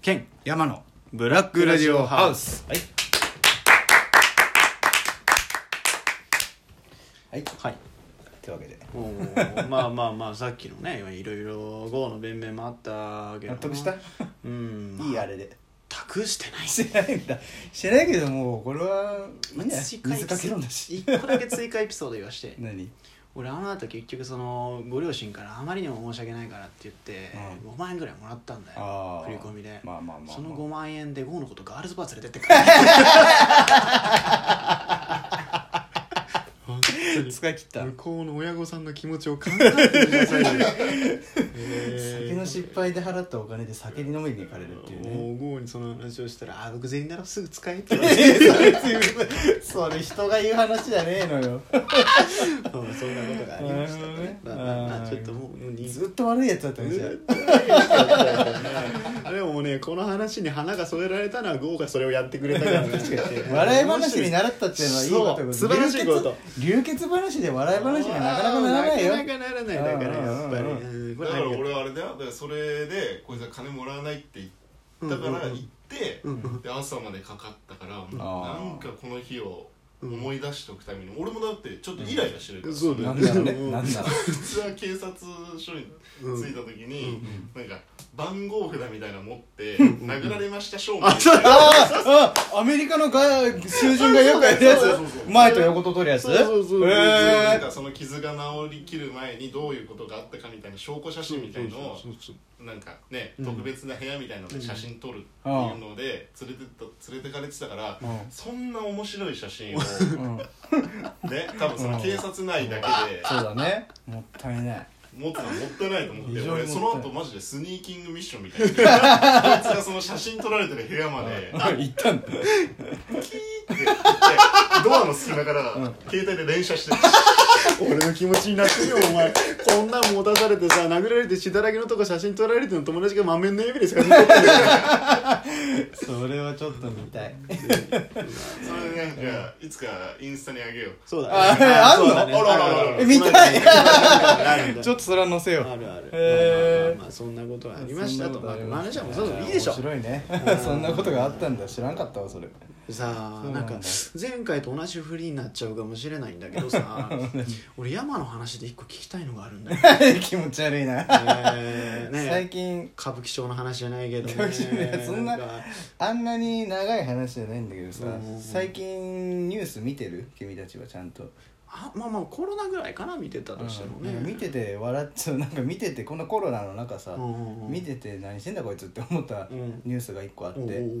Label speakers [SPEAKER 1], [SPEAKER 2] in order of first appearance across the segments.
[SPEAKER 1] 健
[SPEAKER 2] 山野
[SPEAKER 1] ブラックラジオハウス
[SPEAKER 2] はいはい
[SPEAKER 1] はい
[SPEAKER 2] ってわけで
[SPEAKER 1] おーまあまあまあさっきのね いろいろ GO の弁明もあったけど
[SPEAKER 2] 納得した
[SPEAKER 1] うん
[SPEAKER 2] いいあれ で
[SPEAKER 1] 託してない
[SPEAKER 2] してないんだしてないけどもうこれはいいんじゃない水かけるんだし
[SPEAKER 1] 一個だけ追加エピソード言わして
[SPEAKER 2] 何
[SPEAKER 1] 俺あの後結局そのご両親からあまりにも申し訳ないからって言って
[SPEAKER 2] うん
[SPEAKER 1] 5万円ぐらいもらったんだよ
[SPEAKER 2] あ
[SPEAKER 1] 振り込みで
[SPEAKER 2] まあまあまあ、まあ、
[SPEAKER 1] その5万円で GO のことガールズバー連れてってくれ本当に
[SPEAKER 2] 使い切った
[SPEAKER 1] 向こうの親御さんの気持ちを考えてくださいよ、えー
[SPEAKER 2] 酒の失敗で払ったお金で酒に飲みに行かれる っていうね
[SPEAKER 1] もう郷にその話をしたら「あ僕銭ならすぐ使え」って言われて
[SPEAKER 2] それ人が言う話じゃねえのよ
[SPEAKER 1] うんそんなことがありましたね
[SPEAKER 2] な
[SPEAKER 1] ま
[SPEAKER 2] る
[SPEAKER 1] あ
[SPEAKER 2] ほど
[SPEAKER 1] ま
[SPEAKER 2] ね
[SPEAKER 1] あまあちょっともうもう
[SPEAKER 2] ずっと悪いやつだったんですよ
[SPEAKER 1] でもねこの話に花が添えられたのは郷がそれをやってくれたから
[SPEAKER 2] 笑い話に習ったっていうのはいいこと
[SPEAKER 1] そう素晴らしいこと
[SPEAKER 2] 流血流血話で笑い話がなかなかならないよ
[SPEAKER 1] なかなかならないだからやっぱり
[SPEAKER 2] うんうんう
[SPEAKER 1] うんこ
[SPEAKER 3] だ
[SPEAKER 1] れ
[SPEAKER 3] か
[SPEAKER 1] 入
[SPEAKER 3] ら
[SPEAKER 1] る
[SPEAKER 3] 俺はあれだよだからそれでこいつは金もらわないって言ったから
[SPEAKER 1] うんうんうん
[SPEAKER 3] 行って、
[SPEAKER 1] うんうん
[SPEAKER 3] で朝までかかったから
[SPEAKER 2] ー
[SPEAKER 3] なんかこの日を思い出しておくために、俺もだってちょっとイライラしてるから、
[SPEAKER 1] そうだよ
[SPEAKER 2] なんだろうね
[SPEAKER 1] うん
[SPEAKER 2] なんだろう
[SPEAKER 3] 普通は警察署に着いた時に、なんか番号札みたいなの持って、殴られました証明っていう
[SPEAKER 2] あーあアメリカのが囚人がよくやるやつ
[SPEAKER 3] そうそうそう
[SPEAKER 2] 前と横と取るやつ
[SPEAKER 1] そうそうそうそう
[SPEAKER 2] へ
[SPEAKER 3] なん
[SPEAKER 2] ー
[SPEAKER 3] かその傷が治りきる前にどういうことがあったかみたいな証拠写真みたいのを
[SPEAKER 1] そうそうそう
[SPEAKER 3] なんかね、
[SPEAKER 1] うん
[SPEAKER 3] 特別な部屋みたいので写真撮るっていうので連れてった連れてかれてたから、
[SPEAKER 2] うん
[SPEAKER 3] そんな面白い写真 を
[SPEAKER 2] うん
[SPEAKER 3] ね多分その警察内だけで
[SPEAKER 2] そうだねもったいない
[SPEAKER 3] 持ってたのもったいないと思っ
[SPEAKER 2] 非
[SPEAKER 3] て
[SPEAKER 2] 常に
[SPEAKER 3] 俺そ
[SPEAKER 2] もっ
[SPEAKER 3] の
[SPEAKER 2] たいない
[SPEAKER 3] 後マジでスニーキングミッション みたいなこいつがその写真撮られてる部屋まで
[SPEAKER 2] あ行ったんだ
[SPEAKER 3] キーってドアの隙間から携帯で連射してる
[SPEAKER 1] 俺の気持ちになってるよお前こんなん持たされてさ殴られて血だらけのとこ写真撮られてるの友達が満面の指で探してる
[SPEAKER 2] それはちょっと見たい
[SPEAKER 3] それでねじゃあいつかインスタにあげよう
[SPEAKER 1] そう
[SPEAKER 2] あ
[SPEAKER 1] だね
[SPEAKER 2] あんの
[SPEAKER 1] そうだね
[SPEAKER 3] あらあらあらあら
[SPEAKER 1] あるある
[SPEAKER 2] 見たい
[SPEAKER 1] あるある
[SPEAKER 2] ちょっとそれは載せよう
[SPEAKER 1] あるある
[SPEAKER 2] へー
[SPEAKER 1] まあまあまあまあそんなことはありましたとまあマネージャーもそうそういいでしょ
[SPEAKER 2] 面白いねそんなことがあったんだ知らんかったわそれ
[SPEAKER 1] さ
[SPEAKER 2] そ
[SPEAKER 1] あ
[SPEAKER 2] う
[SPEAKER 1] な
[SPEAKER 2] なん
[SPEAKER 1] ん
[SPEAKER 2] だ
[SPEAKER 1] か前回と同じ振りになっちゃうかもしれないんだけどさ俺山の話で一個聞きたいのがあるんだよ
[SPEAKER 2] 気持ち悪いな
[SPEAKER 1] ねえ
[SPEAKER 2] 最
[SPEAKER 1] ね
[SPEAKER 2] 近
[SPEAKER 1] 歌舞伎町の話じゃないけど
[SPEAKER 2] 歌舞伎町ね
[SPEAKER 1] ね
[SPEAKER 2] そんな
[SPEAKER 1] か
[SPEAKER 2] あんなに長い話じゃないんだけどさ
[SPEAKER 1] うんうんうん
[SPEAKER 2] 最近ニュース見てる君たちはちゃんと
[SPEAKER 1] あまあまあコロナぐらいかな見てたとしてもね、
[SPEAKER 2] うん見てて笑っちゃうなんか見ててこんなコロナの中さ
[SPEAKER 1] うんうんうん
[SPEAKER 2] 見てて何してんだこいつって思った
[SPEAKER 1] うん
[SPEAKER 2] ニュースが一個あっ
[SPEAKER 1] おうおうお
[SPEAKER 2] て
[SPEAKER 1] う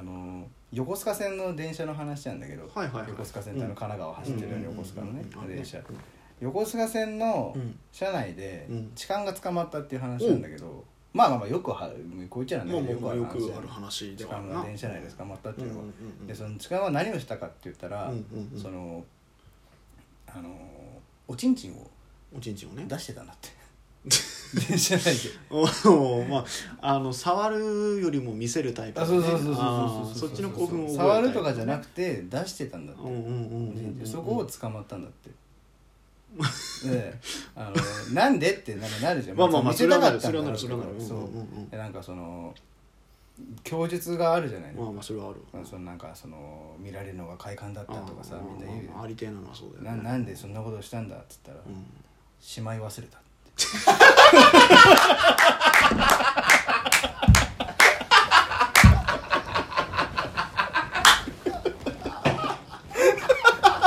[SPEAKER 2] あの横須賀線の電車の話なんだけど
[SPEAKER 1] はいはいはい
[SPEAKER 2] 横須賀線ってあの神奈川走ってるよね横須賀のね
[SPEAKER 1] うんうんうんうん
[SPEAKER 2] 電車横須賀線の
[SPEAKER 1] うん
[SPEAKER 2] 車内で
[SPEAKER 1] うん
[SPEAKER 2] 痴漢が捕まったっていう話なんだけどまあまあまあよくはこいつら
[SPEAKER 1] まあ
[SPEAKER 2] の
[SPEAKER 1] まあ
[SPEAKER 2] よく
[SPEAKER 1] ま
[SPEAKER 2] あ
[SPEAKER 1] あよ
[SPEAKER 2] る話
[SPEAKER 1] くあ
[SPEAKER 2] だよ
[SPEAKER 1] る話で
[SPEAKER 2] 痴
[SPEAKER 1] はあ
[SPEAKER 2] 漢
[SPEAKER 1] る
[SPEAKER 2] が
[SPEAKER 1] な
[SPEAKER 2] 電車内で捕まったっていうのは
[SPEAKER 1] うんうんうん
[SPEAKER 2] でその痴漢は何をしたかって言った
[SPEAKER 1] う
[SPEAKER 2] ら、
[SPEAKER 1] んうんうん
[SPEAKER 2] そのあのおちんちんを
[SPEAKER 1] おちんちんをね
[SPEAKER 2] 出してたんだって 電車内で
[SPEAKER 1] おおまああの触るよりも見せるタイプだねあーそっちの興奮を覚え
[SPEAKER 2] 触
[SPEAKER 1] る
[SPEAKER 2] るとかじゃな
[SPEAKER 1] く
[SPEAKER 2] くて出してたんだって、
[SPEAKER 1] うんうんうんうんうん
[SPEAKER 2] でそこを捕まったん だってであのなんでってなんかなるじゃん
[SPEAKER 1] まあまあまあ
[SPEAKER 2] 見せたかった
[SPEAKER 1] そ
[SPEAKER 2] んだ
[SPEAKER 1] れはな
[SPEAKER 2] ろう
[SPEAKER 1] る
[SPEAKER 2] け
[SPEAKER 1] それはなる
[SPEAKER 2] ど
[SPEAKER 1] そ
[SPEAKER 2] そ
[SPEAKER 1] れはなるうんうんうんう
[SPEAKER 2] うんでなんかその供述があるじゃない
[SPEAKER 1] まあまあそれはある
[SPEAKER 2] そのなんかその見られるのが快感だったとかさみんな言うよ
[SPEAKER 1] ありてえなのはそうだよ
[SPEAKER 2] な
[SPEAKER 1] ね
[SPEAKER 2] なんでそんなことしたんだっつったら
[SPEAKER 1] うん
[SPEAKER 2] 「しまい忘れた」って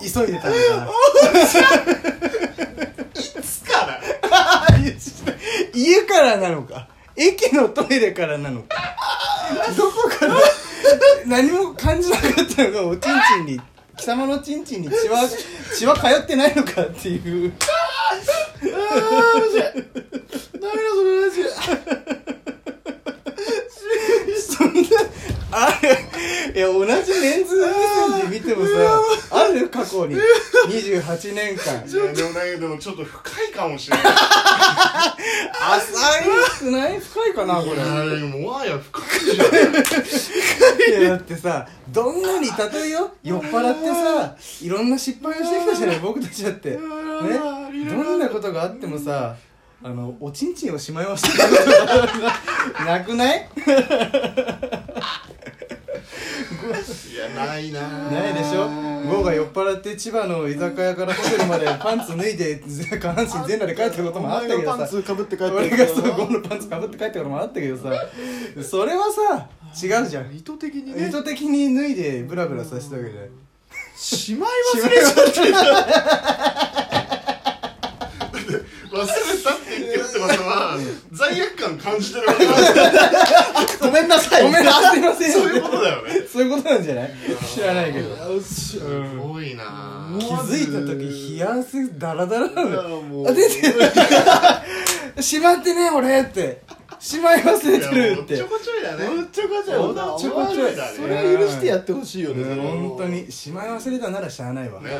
[SPEAKER 2] 急いでたのかな
[SPEAKER 3] つから
[SPEAKER 2] 家からなのか駅のトイレから なのかどこから何も感じなかったのがおちんちんに貴様のちんちんに 血は血は通ってないのかっていう
[SPEAKER 1] ダメだその 話
[SPEAKER 2] そんなあれいや同じレンズ目線で見てでもさある過去に28年 間
[SPEAKER 3] いやでもなんかでもちょっと深いかも しれない
[SPEAKER 2] 浅くない深いかなこれ
[SPEAKER 3] いやでももはや深いじゃん
[SPEAKER 2] いやだってさどんなに例えよ酔っ払ってさいろんな失敗をしてきたじゃない僕たちだってねどんなことがあってもさあのおちんちんをしまいましたっ てことがなくない
[SPEAKER 3] いやないな
[SPEAKER 2] ないでしょゴーが酔っ払って千葉の居酒屋からホテルまでパンツ脱いで下半身全裸で帰ったこともあったけ
[SPEAKER 1] お前のパ
[SPEAKER 2] ど
[SPEAKER 1] ン
[SPEAKER 2] さ
[SPEAKER 1] ツかぶって帰って
[SPEAKER 2] 俺がそうゴーのパンツかぶって帰ったこともあったけどさそれはさ違うじゃん
[SPEAKER 1] 意図的にね
[SPEAKER 2] 意図的に脱いでブラブラさせたわけじゃない
[SPEAKER 1] しまい忘れちゃった
[SPEAKER 3] 忘れたって言ってるってことは罪悪感感じてることだ
[SPEAKER 1] ごめんなさい
[SPEAKER 2] ごめんなさい、すいません。
[SPEAKER 3] そういうことだよね
[SPEAKER 2] そういうことなんじゃない知らないけど。
[SPEAKER 1] よし
[SPEAKER 3] すごいな
[SPEAKER 2] 気づいた時、冷や汗ダラダラなのよ。
[SPEAKER 1] も
[SPEAKER 2] あ、出てる。しまってね、俺って。しまい忘れ
[SPEAKER 3] い
[SPEAKER 2] て
[SPEAKER 3] やも
[SPEAKER 2] る
[SPEAKER 3] う
[SPEAKER 2] っ
[SPEAKER 3] ち
[SPEAKER 2] て
[SPEAKER 3] ょ。こちょいだね
[SPEAKER 1] おっちょこちょい
[SPEAKER 2] おっちょこちょいだね
[SPEAKER 1] それは許してやってほしいよね
[SPEAKER 2] う
[SPEAKER 1] そ
[SPEAKER 2] ん
[SPEAKER 1] れはもう
[SPEAKER 2] 本当に、しまい忘れたならしゃあないわ。
[SPEAKER 3] ね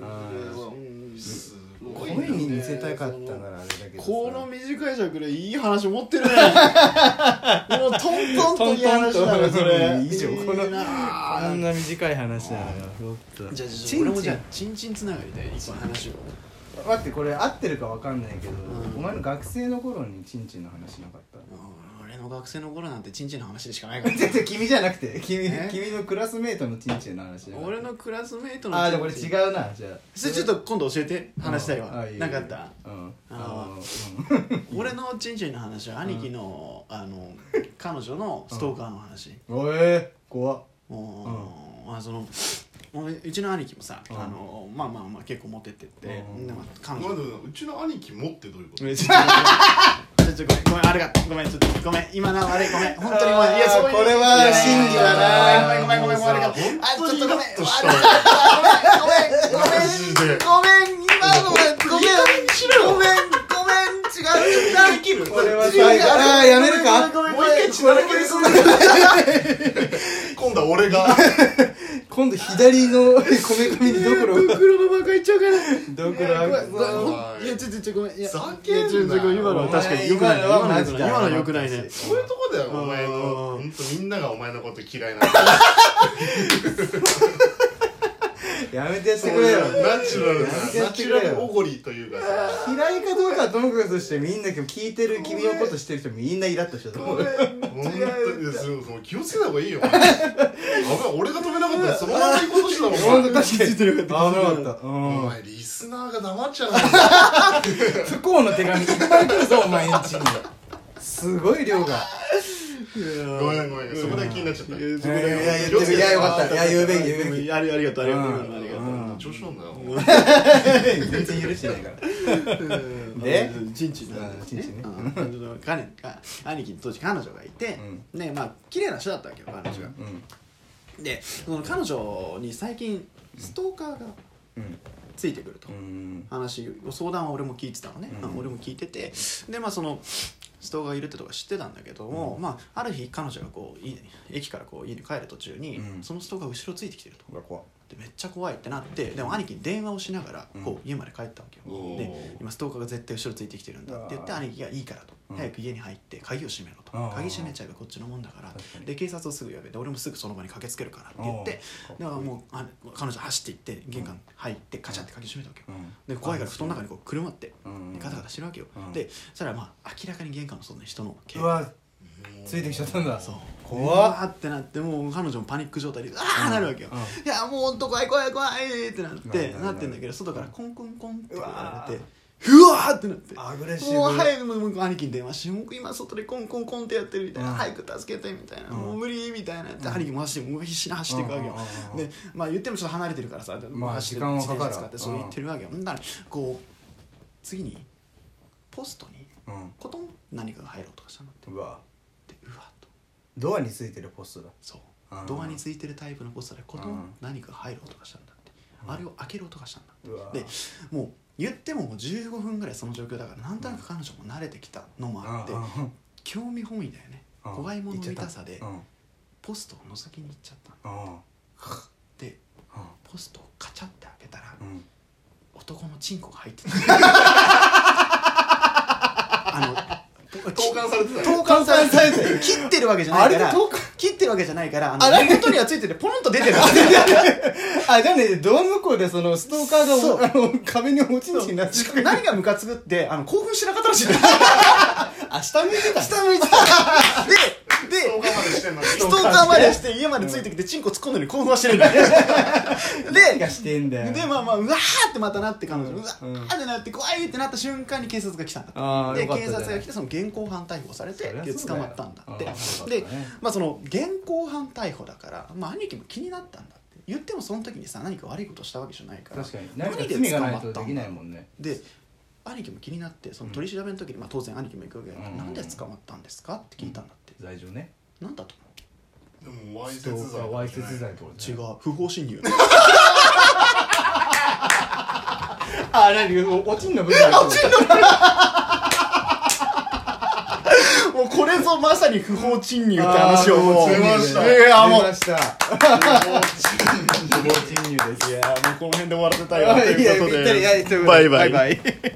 [SPEAKER 1] うん
[SPEAKER 3] すご
[SPEAKER 2] 声
[SPEAKER 3] いな
[SPEAKER 2] に見せたかったならあれだけどさ。
[SPEAKER 1] この短い尺でいい話持 ってるねもうトントンと
[SPEAKER 2] トントン
[SPEAKER 1] いい話だねそれ
[SPEAKER 2] 以上、この、
[SPEAKER 1] いいな
[SPEAKER 2] こんな短い話なのよ。
[SPEAKER 1] じゃあ
[SPEAKER 2] チン
[SPEAKER 1] じ
[SPEAKER 2] チ
[SPEAKER 1] ゃあ
[SPEAKER 2] ン
[SPEAKER 1] 俺もじゃあチンチンつながりで一個話を
[SPEAKER 2] 待って、これ合ってるかわかんないけど、
[SPEAKER 1] ん
[SPEAKER 2] お前の学生の頃にチンチンの話なかった
[SPEAKER 1] うん俺の学生の頃なんてチンチンの話でしかない から
[SPEAKER 2] 違う違う君じゃなくて君
[SPEAKER 1] え
[SPEAKER 2] 君のクラスメートのチンチンの話だ
[SPEAKER 1] 俺のクラスメイトの
[SPEAKER 2] ああでもこれ違
[SPEAKER 1] う
[SPEAKER 2] うなじゃあ
[SPEAKER 1] それちょっと今度教えて話したい
[SPEAKER 2] うんあ
[SPEAKER 1] わ
[SPEAKER 2] ーいいよ
[SPEAKER 1] なかった
[SPEAKER 2] うん
[SPEAKER 1] あ
[SPEAKER 2] あ
[SPEAKER 1] 俺のチンチンの話は兄貴のあの彼女のストーカーの話
[SPEAKER 2] うんおえ怖っ
[SPEAKER 1] うんまあその俺うちの兄貴もさ
[SPEAKER 2] うん
[SPEAKER 1] あのまあまあまあ結構モテてってで
[SPEAKER 2] うん
[SPEAKER 1] まあ彼
[SPEAKER 3] ま
[SPEAKER 1] 女
[SPEAKER 3] だうちの兄貴持ってどういうこと
[SPEAKER 1] えちょっとごめんごめんあれがごめんちょっとごめん今な悪いごめん本当にごめんいや
[SPEAKER 2] あー
[SPEAKER 1] そういう
[SPEAKER 2] これはい
[SPEAKER 1] や
[SPEAKER 2] 真理だな
[SPEAKER 1] ごめんごめんごめんごめん悪かった
[SPEAKER 3] 本
[SPEAKER 1] あちょっ
[SPEAKER 3] 当
[SPEAKER 1] と
[SPEAKER 3] にイ
[SPEAKER 1] ご
[SPEAKER 3] ラ
[SPEAKER 1] めん
[SPEAKER 3] ッと
[SPEAKER 1] 悪
[SPEAKER 3] し
[SPEAKER 1] か
[SPEAKER 3] たわ
[SPEAKER 1] ったごめんごめんごめん
[SPEAKER 3] マ
[SPEAKER 1] ごめん今のは
[SPEAKER 3] ジで
[SPEAKER 1] ごめんごめんごめん違う違う
[SPEAKER 3] できる
[SPEAKER 2] これは最後ああやめるか
[SPEAKER 1] ごめんご
[SPEAKER 3] もう
[SPEAKER 1] めん
[SPEAKER 3] 一回血だらけにするんだ今度は俺が
[SPEAKER 2] 今度左のこめかみにどころ
[SPEAKER 1] ブクロのバカいっちゃうから
[SPEAKER 2] どこ
[SPEAKER 1] いや
[SPEAKER 2] ろ
[SPEAKER 1] ご
[SPEAKER 2] あ
[SPEAKER 1] めんいやちょちょちょごめんいや
[SPEAKER 3] ざけんない
[SPEAKER 1] やちょちょごめん今のは確かに良くないね
[SPEAKER 2] お前今のはマジだ
[SPEAKER 1] 今のは良くないね
[SPEAKER 3] そういうとこだよお前の
[SPEAKER 1] うん
[SPEAKER 3] 本当みんながお前のこと嫌いな
[SPEAKER 2] やめてやってくれよ
[SPEAKER 3] ナチュラルな
[SPEAKER 2] やめてや
[SPEAKER 3] ナ
[SPEAKER 2] っ
[SPEAKER 3] チ
[SPEAKER 2] て
[SPEAKER 3] ュ
[SPEAKER 2] く
[SPEAKER 3] ラ
[SPEAKER 2] れよ
[SPEAKER 3] ルおごりというかさ
[SPEAKER 2] 嫌いかどうかはともかくとしてみんな聞いてる君のことしてる人みんなイラッとしてると思う
[SPEAKER 3] 本当にそうそう気をつけた方がいいよ危ない俺が止めなかったらそのまま行こうとしてたも
[SPEAKER 2] 本
[SPEAKER 3] ん
[SPEAKER 2] 当確かに
[SPEAKER 1] てな
[SPEAKER 2] 危なかった
[SPEAKER 3] お前お
[SPEAKER 2] う
[SPEAKER 3] 前リスナーが黙っちゃうの
[SPEAKER 2] ん不幸の手紙いっぱい来るぞお前んちにすごい量が
[SPEAKER 3] ごめんごめんそこだけ気になっちゃった
[SPEAKER 1] い
[SPEAKER 2] いやいや言ってるいやよかったいや言うべき言うべき
[SPEAKER 1] ありありがとうありがとうありがとう
[SPEAKER 2] うん
[SPEAKER 3] 調子乗んなよ
[SPEAKER 2] 全然許してないからで
[SPEAKER 1] チンチンだ
[SPEAKER 2] あチンチンね
[SPEAKER 1] うん彼あ兄貴に当時彼女がいて、ねまあ綺麗な人だったわけよ彼女が、でその彼女に最近ストーカーが
[SPEAKER 2] うん
[SPEAKER 1] ついてくると、
[SPEAKER 2] うん
[SPEAKER 1] 話を相談は俺も聞いてたのね、
[SPEAKER 2] うん
[SPEAKER 1] うん俺も聞いててでまあそのストーカーがいるってとか知ってたんだけども、まあ、ある日彼女がこう家に駅からこう家に帰る途中に、
[SPEAKER 2] うん
[SPEAKER 1] そのストーカーが後ろついてきてると
[SPEAKER 2] うわ怖っ
[SPEAKER 1] でめっちゃ怖いってなってでも兄貴に電話をしながらこう家まで帰ったわけよ、
[SPEAKER 3] おー
[SPEAKER 1] で今ストーカーが絶対後ろついてきてるんだって言って
[SPEAKER 2] うわー
[SPEAKER 1] 兄貴が「いいから」と「
[SPEAKER 2] うん
[SPEAKER 1] 早く家に入って鍵を閉めろ」と
[SPEAKER 2] あ
[SPEAKER 1] 「
[SPEAKER 2] ー
[SPEAKER 1] 鍵閉めちゃえばこっちのもんだから
[SPEAKER 2] 確か」に
[SPEAKER 1] で警察をすぐ呼べで俺もすぐその場に駆けつけるからって言って
[SPEAKER 2] おー
[SPEAKER 1] だからもうあ彼女走って行って玄関入ってカチャって鍵閉めたわけよ
[SPEAKER 2] うん
[SPEAKER 1] で怖いから布団の中にこうくるまって
[SPEAKER 2] うん
[SPEAKER 1] でガタガタしてるわけよ
[SPEAKER 2] うん
[SPEAKER 1] でそしたらまあ明らかに玄関の外に人の毛
[SPEAKER 2] うわついてきちゃったんだ
[SPEAKER 1] そう
[SPEAKER 2] 怖
[SPEAKER 1] うわ
[SPEAKER 2] っ
[SPEAKER 1] ーってなってもう彼女もパニック状態でああなるわけよ、
[SPEAKER 2] うん
[SPEAKER 1] いやもうほんと怖い怖い怖いってなって
[SPEAKER 2] なるな
[SPEAKER 1] な
[SPEAKER 2] る
[SPEAKER 1] ってんだけど外からコンコンコンって言われ
[SPEAKER 2] う
[SPEAKER 1] てうわーってなって
[SPEAKER 2] アグレッシブ
[SPEAKER 1] もう早くもう兄貴に電話してもう今外でコンコンコンってやってるみたいな、
[SPEAKER 2] うん
[SPEAKER 1] 早く助けてみたいな、
[SPEAKER 2] ん
[SPEAKER 1] もう無理みたいなって兄貴も走ってもう必死に走っていくわけよ、
[SPEAKER 2] うん
[SPEAKER 1] でまあ言ってもちょっと離れてるからさ、
[SPEAKER 2] まあ
[SPEAKER 1] 走って
[SPEAKER 2] 時間はかかる
[SPEAKER 1] 自転車使ってそう言ってるわけよ、だからこう次にポストに
[SPEAKER 2] うん
[SPEAKER 1] コトン何かが入ろうとかしたのって
[SPEAKER 2] うわ
[SPEAKER 1] でうわっと
[SPEAKER 2] ドアについてるポストだ
[SPEAKER 1] そう
[SPEAKER 2] うん
[SPEAKER 1] ドアについてるタイプのポスターでこと
[SPEAKER 2] うん
[SPEAKER 1] 何か入る音がしたんだってあれを開ける音がしたんだ
[SPEAKER 2] うわ
[SPEAKER 1] ってでもう言ってももう15分ぐらいその状況だからなんとなく彼女も慣れてきたのもあって興味本位だよね怖いもの見たさで
[SPEAKER 2] うん
[SPEAKER 1] ポストを覗きに行っちゃったの
[SPEAKER 2] うん
[SPEAKER 1] で
[SPEAKER 2] うん
[SPEAKER 1] 男のチンコが入ってたあの
[SPEAKER 3] 投函されてた
[SPEAKER 1] 投
[SPEAKER 3] よ
[SPEAKER 1] 函されて切ってるわけじゃないから
[SPEAKER 2] あれ投函
[SPEAKER 1] 切ってるわけじゃないからあ
[SPEAKER 2] あ
[SPEAKER 1] の
[SPEAKER 2] れ
[SPEAKER 1] 根元にはついててポロンと出てる
[SPEAKER 2] あ、じゃあね、ドア向こうでそのストーカ
[SPEAKER 1] そう
[SPEAKER 2] ーがおあの壁におちんちんになって
[SPEAKER 1] し
[SPEAKER 2] し
[SPEAKER 1] かも何がムカつくってあの興奮しなかったらしいんだよ
[SPEAKER 2] あ、下向いてた。
[SPEAKER 1] 下向いてたでで
[SPEAKER 3] 投函までしてんのに
[SPEAKER 1] ストーカーまでして家までついてきてチンコ突っ込んでるのに興奮はしてるんだ よ
[SPEAKER 2] 何
[SPEAKER 1] で
[SPEAKER 2] がしてんだよ。
[SPEAKER 1] でまあまあうわーってまたなって彼女うわ
[SPEAKER 2] うん
[SPEAKER 1] ーってなって怖いってなった瞬間に警察が来たんだって
[SPEAKER 2] あー
[SPEAKER 1] で
[SPEAKER 2] よかった
[SPEAKER 1] 警
[SPEAKER 2] じゃん
[SPEAKER 1] 察が来てその現行犯逮捕されて
[SPEAKER 2] そりゃそうだ
[SPEAKER 1] で
[SPEAKER 2] よ
[SPEAKER 1] 捕まったんだって
[SPEAKER 2] あーよ
[SPEAKER 1] で
[SPEAKER 2] かったね
[SPEAKER 1] まあその現行犯逮捕だからまあ兄貴も気になったんだって言ってもその時にさ何か悪いことしたわけじゃないから
[SPEAKER 2] 確かに。何か
[SPEAKER 1] 何で
[SPEAKER 2] 罪
[SPEAKER 1] 捕
[SPEAKER 2] が
[SPEAKER 1] ま
[SPEAKER 2] な
[SPEAKER 1] っ
[SPEAKER 2] い
[SPEAKER 1] た
[SPEAKER 2] と
[SPEAKER 1] んだ
[SPEAKER 2] できないもんね。
[SPEAKER 1] で兄貴も気になってその取り調べの時に、まあ、当然兄貴も行くわけだから、
[SPEAKER 2] うん
[SPEAKER 1] なんで捕まったんですかって聞いたんだって、
[SPEAKER 2] 罪状ね。
[SPEAKER 1] なんだと思う
[SPEAKER 3] でもわいせ
[SPEAKER 2] スト
[SPEAKER 3] つ
[SPEAKER 2] ーカー、
[SPEAKER 3] 罪
[SPEAKER 2] わいせつ罪とかね。
[SPEAKER 1] 違う不法侵入
[SPEAKER 2] あ、何おおちんの部分だと思った。
[SPEAKER 1] もうこれぞまさに不法侵入って
[SPEAKER 2] あ
[SPEAKER 1] 話
[SPEAKER 2] ー
[SPEAKER 1] をもう
[SPEAKER 2] 出ました。
[SPEAKER 1] いやもう
[SPEAKER 2] 出ま した。不法侵入です。
[SPEAKER 1] いやもうこの辺で終わらせたい
[SPEAKER 2] い
[SPEAKER 1] わ
[SPEAKER 2] や
[SPEAKER 1] ということ
[SPEAKER 2] ぴったりはいということ
[SPEAKER 1] で
[SPEAKER 2] で
[SPEAKER 1] バイバイ
[SPEAKER 2] バイバイ